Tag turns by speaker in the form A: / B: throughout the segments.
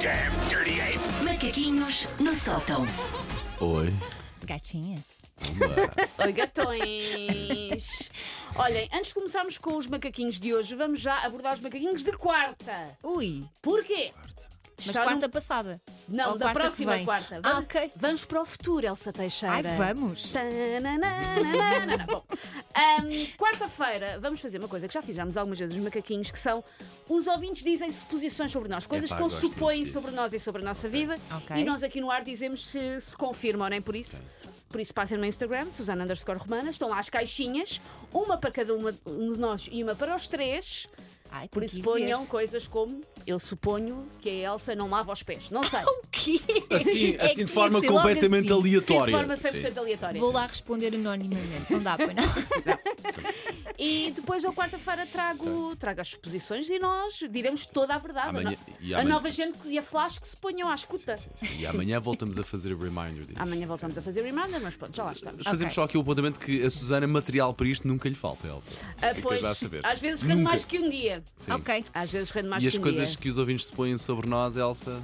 A: damn dirty ape!
B: Macaquinhos no sótão.
C: Oi.
D: Gatinha.
E: Oi, gatões! Olhem, antes de começarmos com os macaquinhos de hoje, vamos já abordar os macaquinhos de quarta.
D: Ui,
E: Porquê?
D: mas
E: Está
D: quarta
E: no-
D: passada.
E: Não,
D: Ou
E: da
D: quarta que
E: próxima
D: vem.
E: quarta.
D: Ah, ok.
E: Vamos para o futuro, Elsa Teixeira.
D: Ai, vamos.
E: Tananana. Bom, ahm, quarta-feira vamos fazer uma coisa que já fizemos algumas vezes nos macaquinhos, que são os ouvintes dizem suposições sobre nós, coisas
C: Epá,
E: que eles
C: gosto
E: supõem
C: muito disso. É.
E: sobre nós e sobre a nossa vida.
D: Ok.
E: E nós aqui no ar dizemos se, se confirmam, nem por isso. Por isso passem no meu Instagram, Susana underscore Romana, estão lá as caixinhas, uma para cada uma de nós e uma para os três.
D: Ai,
E: Por
D: tem
E: isso
D: que ir
E: ponham
D: ver.
E: coisas como eu suponho que a Elsa não lava os pés. Não sei.
D: O quê?
C: Assim,
D: É que
C: assim de
D: tinha
C: forma
D: que ser logo
C: completamente
D: assim.
E: Sim, de
C: aleatória.
E: forma 100%
C: Sim.
E: aleatória.
D: Vou lá responder anonimamente. Não dá, pois não?
E: E depois, eu quarta-feira, trago, trago as suposições e nós diremos toda a verdade.
C: Amanhã-
E: a no-
C: e
E: a
C: amanhã-
E: nova gente que- e a flash que se ponham à escuta.
C: Sim, sim. E amanhã voltamos a fazer o reminder disso.
E: Amanhã voltamos a fazer reminder, mas pronto, já lá está.
C: Fazemos
D: Ok.
C: só aqui o apontamento que a Susana, material para isto, nunca lhe falta, Elsa.
E: Ah,
C: Fica
E: pois,
C: já é a saber.
E: às vezes rende mais que um dia.
C: Sim.
D: ok.
E: Às vezes rende mais
C: E as
E: que um
C: coisas
E: dia.
C: que os ouvintes se põem sobre nós, Elsa.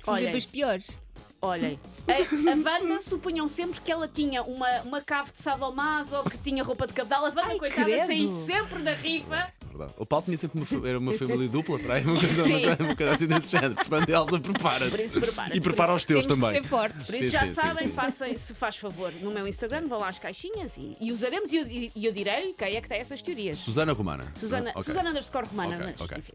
D: São
E: Olhem.
D: sempre as piores.
E: Olhem, a, a Wanda supunham sempre que ela tinha uma, uma cave de sadomaso ou que tinha roupa de cabedal. A Wanda,
D: Ai,
E: coitada,
D: credo.
E: saiu sempre da rifa.
C: Verdade. O Paulo tinha sempre uma, fa- era uma família dupla, para aí, uma coisa,
E: Sim.
C: uma, uma coisa assim desse género. Portanto, Elsa,
E: Por
C: prepara-te.
E: isso, prepara-te.
C: E prepara os teus
D: Temos que
C: também.
D: ser fortes.
E: Por
C: Sim,
E: isso já
C: sim, sim,
E: sabem,
C: sim.
E: passem, se faz favor, no meu Instagram, vão lá às caixinhas e, e usaremos e eu, di- e eu direi quem é que tem essas teorias.
C: Susana Romana.
E: Susana,
C: Ok.
E: Susana underscore romana.
C: Ok,
E: mas,
C: ok.
E: enfim.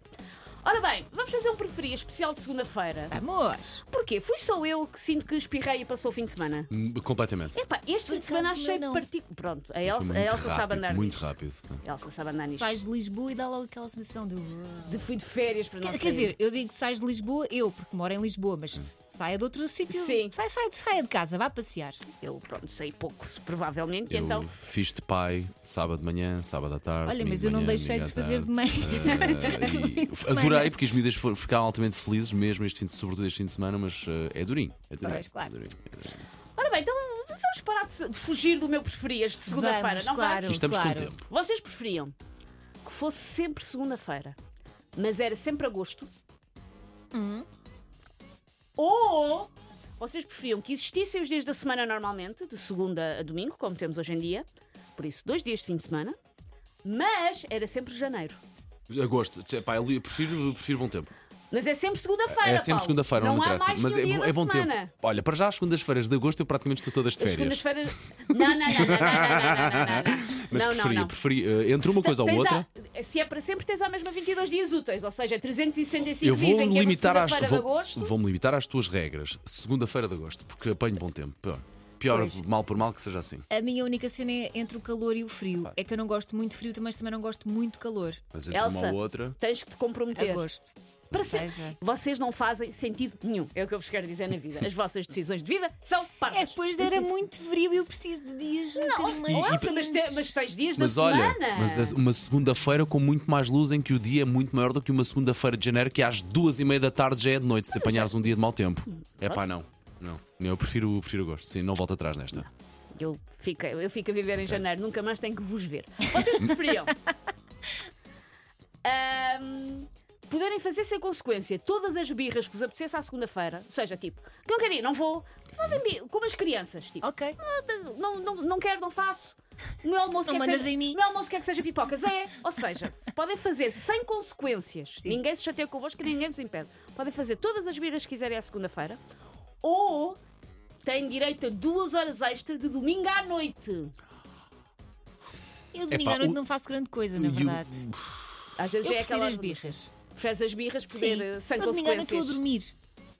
E: Ora bem, vamos fazer um preferia especial de segunda-feira.
D: Vamos.
E: Porquê? Fui só eu que sinto que espirrei e passou o fim de semana.
C: Hum, Completamente.
E: Epá, este fim de semana
D: acaso,
E: achei
D: não.
E: particular. Pronto, a
C: Foi
E: Elsa,
C: muito
E: a Elsa
C: rápido,
E: sabe andar
C: Muito
E: nisto.
C: rápido.
E: A Elsa sabe andar nisto.
D: Sais de Lisboa e dá logo aquela sensação de.
E: De fui de férias para nós.
D: Quer dizer, eu digo sais de Lisboa, eu, porque moro em Lisboa, mas saia de outro sítio.
E: Sim.
D: Sai, sai, saia de casa, vá passear.
E: eu pronto, sei pouco, provavelmente,
C: Eu
E: então.
C: fiz de pai sábado de manhã, sábado à tarde.
D: Olha,
C: domingo
D: mas eu não
C: manhã,
D: deixei
C: domingo
D: de
C: à
D: fazer
C: tarde.
D: de manhã.
C: Eh, e
D: de semana.
C: adorei, porque as medidas ficaram altamente felizes, mesmo este fim de, sobretudo este fim de semana, mas eh, é durinho. É durinho.
D: Pois, claro.
C: é durinho, é durinho.
E: Ora bem, então vamos parar de, de fugir do meu preferias de segunda-feira,
D: Vamos,
E: não vai?
D: claro.
C: E estamos
D: claro.
C: com tempo.
E: Vocês preferiam que fosse sempre segunda-feira, mas era sempre agosto? Ou vocês preferiam que existissem os dias da semana normalmente, de segunda a domingo, como temos hoje em dia, por isso dois dias de fim de semana, mas era sempre janeiro.
C: Agosto, tchê, pá, eu li- eu prefiro, eu prefiro bom tempo.
E: Mas é sempre segunda-feira.
C: é sempre
E: Paulo.
C: segunda-feira, não, me
E: não há
C: interessa.
E: Mais
C: mas
E: que um
C: é,
E: dia
C: bom-
E: da
C: é bom
E: semana.
C: tempo. Olha, para já as segundas-feiras de agosto eu praticamente estou todas de
E: As
C: férias.
E: segundas-feiras. Não, não, não, não, não, não, não, não, não.
C: Mas
E: não,
C: preferia,
E: não, não.
C: preferia eh, entre uma
E: Se
C: coisa ou
E: tens
C: outra.
E: a- se é para sempre, tens à mesma 22 dias úteis, ou seja, 365
C: Eu vou
E: dizem
C: me
E: que
C: limitar
E: é uma
C: às
E: segunda-feira de agosto.
C: vou, me limitar às tuas regras. Segunda-feira de agosto, porque apanho bom tempo. Pior, pior
D: Pois.
C: mal por mal que seja assim.
D: A minha única cena é entre o calor e o frio. É que eu não gosto muito de frio, mas também não gosto muito de calor.
C: Mas entre uma
E: Elsa,
C: ou outra.
E: tens que te comprometer.
D: Agosto.
E: Para
D: Ou
E: ser-
D: seja.
E: Vocês não fazem sentido nenhum. É o que eu vos quero dizer na vida. As vossas decisões de vida são parvas.
D: É, pois era muito frio e eu preciso de dias um bocadinho mais.
E: Nossa,
D: frios.
E: mas, te- mas tens dias
C: Mas
E: da
C: olha,
E: semana.
C: mas é uma segunda-feira com muito mais luz em que o dia é muito maior do que uma segunda-feira de janeiro, que às duas e meia da tarde já é de noite, se apanhares um dia de mau tempo. É pá, não. Não. Eu prefiro, prefiro agosto. Sim, não volto atrás nesta.
E: Eu fico, eu fico a viver em janeiro, nunca mais tenho que vos ver. Vocês preferiam ahm, poderem fazer sem consequência todas as birras que vos apetecesse à segunda-feira, ou seja, tipo, que não queria, não vou, fazem birra, como as crianças, tipo,
D: Ok.
E: "Ah, não, não, não quero, não faço. O meu almoço
D: Não
E: quer que
D: mandas
E: seja,
D: em mim."
E: o meu almoço quer que seja pipocas, é. Ou seja, podem fazer sem consequências. Ninguém se chateia convosco, que ninguém vos impede. Podem fazer todas as birras que quiserem à segunda-feira. Ou têm direito a duas horas extra de domingo à noite.
D: Eu domingo
C: Epá,
D: à noite
C: o-
D: não faço grande coisa, na
C: o-
D: verdade.
E: Às vezes
D: Eu
E: é
D: prefiro
E: aquela.
D: as birras.
E: Faz as birras
D: Sim.
E: poder eh, sem
D: no domingo à noite estou a
E: consequências.
D: dormir.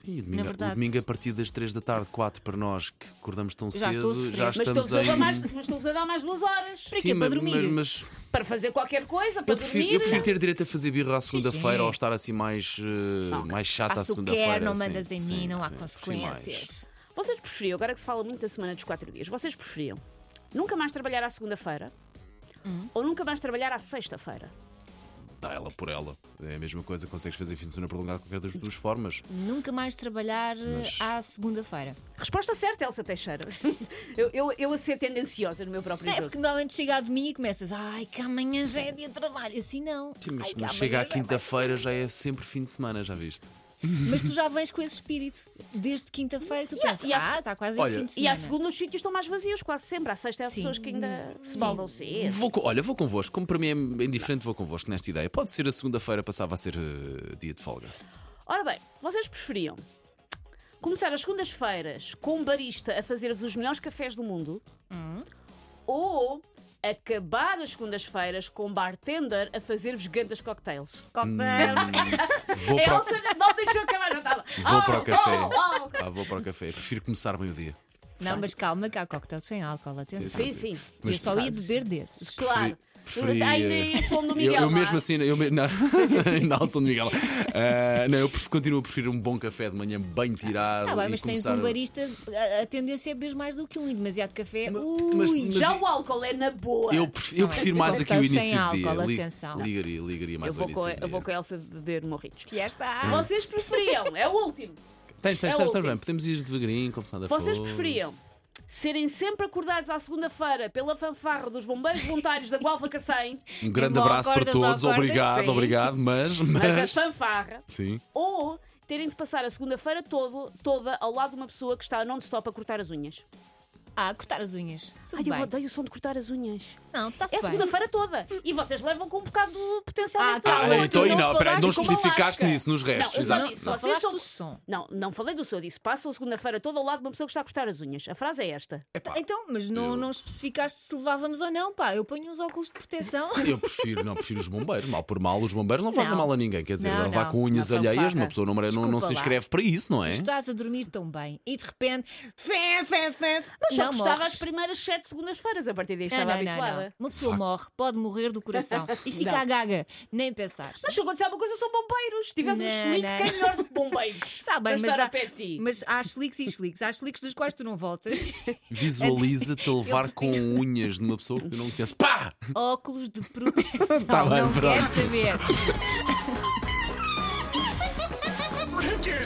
C: Sim, o domingo, o
D: verdade.
C: domingo a partir das três da tarde, quatro para nós que acordamos tão
D: Já estou a
C: cedo,
D: sofrer.
C: já
D: Mas
E: Mas
C: estamos
E: estou-vos a
C: em.
E: dar mais, mas estou-vos a dar mais duas horas
D: Para quê? Para
C: mas-
D: dormir?
C: mas- mas
E: para fazer qualquer coisa, para
C: Eu prefiro,
E: dormir.
C: eu prefiro ter direito a fazer birra à segunda-feira
D: sim.
C: ou estar assim mais, eh,
E: Não.
C: mais
D: Ah,
C: chata à
D: se eu
C: segunda-feira.
D: quero, não
C: sim,
D: mandas em
C: sim,
D: mim, não há
C: sim, prefiro mais.
D: consequências.
E: Vocês preferiam, agora que se fala muito da semana dos quatro dias, vocês preferiam nunca mais trabalhar à segunda-feira
D: Hum.
E: ou nunca mais trabalhar à sexta-feira?
C: Dá ela por ela. É a mesma coisa, consegues fazer fim de semana prolongado de qualquer das duas formas.
D: Nunca mais trabalhar eh,
C: Mas-
D: à segunda-feira.
E: Resposta certa, Elsa Teixeira. eu, eu, eu a ser tendenciosa no meu próprio
D: É
E: jogo.
D: porque normalmente chega a domingo e começas, ai, que amanhã já é dia de trabalho. Assim não.
C: Sim, mas,
D: Ai, que
C: mas
D: amanhã
C: chega à
D: já é mais."
C: quinta-feira já é sempre fim de semana, já viste?
D: Mas tu já vens com esse espírito. Desde quinta-feira tu pensas,
E: e a-
D: ah, está quase
C: Olha,
D: o fim de
E: E
D: semana.
E: à segunda os sítios estão mais vazios, quase sempre. À sexta há
D: Sim.
E: pessoas que ainda se
D: Sim.
E: baldam cedo.
C: Vou, co- olha, vou convosco. Como para mim é indiferente, vou convosco nesta ideia. Pode ser a segunda-feira, passava a ser eh, dia de folga.
E: Ora bem, vocês preferiam começar as segundas-feiras com um barista a fazer-vos os melhores cafés do mundo
D: Hum.
E: ou acabar as segundas-feiras com um bartender a fazer-vos grandes cocktails?
D: Cocktails.
C: Vou
D: É
E: A
C: para, o-
E: Elsa É não deixou acabar, não estava.
C: vou para o café.
E: Ah, oh, oh.
C: Pá, ah, vou para o café. Prefiro começar bem o dia.
D: Não, mas calma, que há cocktails sem álcool, atenção.
E: Sim, sim.
D: Eu
C: Mas-
D: só ia beber desses.
E: Claro.
C: Preferi- preferi,
E: Ainda
C: eh,
E: ia fome do
C: eu,
E: Miguel.
C: eu
E: não é?
C: mesmo assim, eu me, não, na Alção de Miguel. Ah, não, eu pref- continuo a preferir um bom café de manhã bem tirado.
D: Está bem,
C: e
D: mas tens
C: começar...
D: um barista, a- a tendência é beber mais do que um e demasiado café. Ui,
C: mas- mas-
E: Já o álcool é na boa.
C: Eu, pref-
D: Tá
C: eu prefiro mais aqui o
D: Cocktails
C: início
D: sem
C: do dia.
D: álcool,
C: Li-
D: atenção.
C: Ligaria, ligaria
E: Eu
C: mais ao
E: vou, com,
C: início.
E: a- eu
C: do
E: vou com
C: dia.
E: a Elsa beber morritos.
D: fiesta.
C: Hum.
E: Vocês preferiam, é o último.
C: Tens, tens,
E: É
C: tens, tens
E: útil.
C: bem. Podemos ir devagarinho, começando a
E: Vocês
C: flores.
E: preferiam serem sempre acordados à segunda-feira pela fanfarra dos bombeiros voluntários da Gualva Cacém,
C: Um grande
D: Bom,
C: abraço para
D: acordas ou
C: todos.
D: acordas?
C: Obrigado,
E: Sim.
C: obrigado. Mas.
E: mas a
C: mas...
E: fanfarra,
C: Sim.
E: ou terem de passar a segunda-feira todo- toda ao lado de uma pessoa que está non-stop a cortar as unhas.
D: Ah, cortar as unhas. Tudo
E: Ai,
D: bem.
E: eu odeio o som de cortar as unhas.
D: Não, está-se
E: É a
D: bem.
E: segunda-feira toda. E vocês levam com um bocado de
D: Ah,
E: potencialmente
D: calma,
E: todo.
D: tu
C: então, e não,
D: falaste
C: peraí, não
D: como
C: especificaste
D: lasca.
C: nisso nos restos,
E: Não, eu só
C: exato.
D: Não,
E: disse,
D: só
E: vocês
D: falaste
E: são-
D: do som.
E: Não, não falei do seu, disse passam a segunda-feira toda ao lado de uma pessoa que está a cortar as unhas. A frase é esta.
D: Então, mas não,
C: Eu-
D: não especificaste se levávamos ou não, pá. Eu ponho uns óculos de proteção.
C: Eu prefiro, não, prefiro os bombeiros. Mal por mal, os bombeiros não fazem
D: Não.
C: mal a ninguém. Quer dizer,
D: Não,
C: agora vá
D: não.
C: com unhas
E: Não,
C: alheias,
E: fanfarra.
C: uma pessoa não, não, não
D: Desculpa
C: se
D: lá.
C: inscreve para isso, não é?
D: Estás a dormir tão bem e de repente. Fé, fé, fé.
E: Mas só
D: não
E: gostava as
D: morres.
E: primeiras sete segundas-feiras. A partir daí
D: Não,
E: estava
D: não, não,
E: habituada.
D: não. Uma pessoa morre, pode morrer do coração e fica
E: Não.
D: a gaga, nem pensar.
E: Mas se acontecer alguma coisa, são bombeiros. Se tivesse um
D: Não,
E: chilique,
D: não.
E: quem melhor do que bombeiros?
D: Sabem,
E: para
D: mas
E: estar
D: há,
E: a pé de ti.
D: mas há slicks e slicks. Há slicks dos quais tu não voltas.
C: Visualiza-te a levar com unhas de uma pessoa que eu não conheço. Pá!
D: Óculos de proteção.
C: Tá bem,
D: não quero
C: pronto.
D: saber.
A: Take your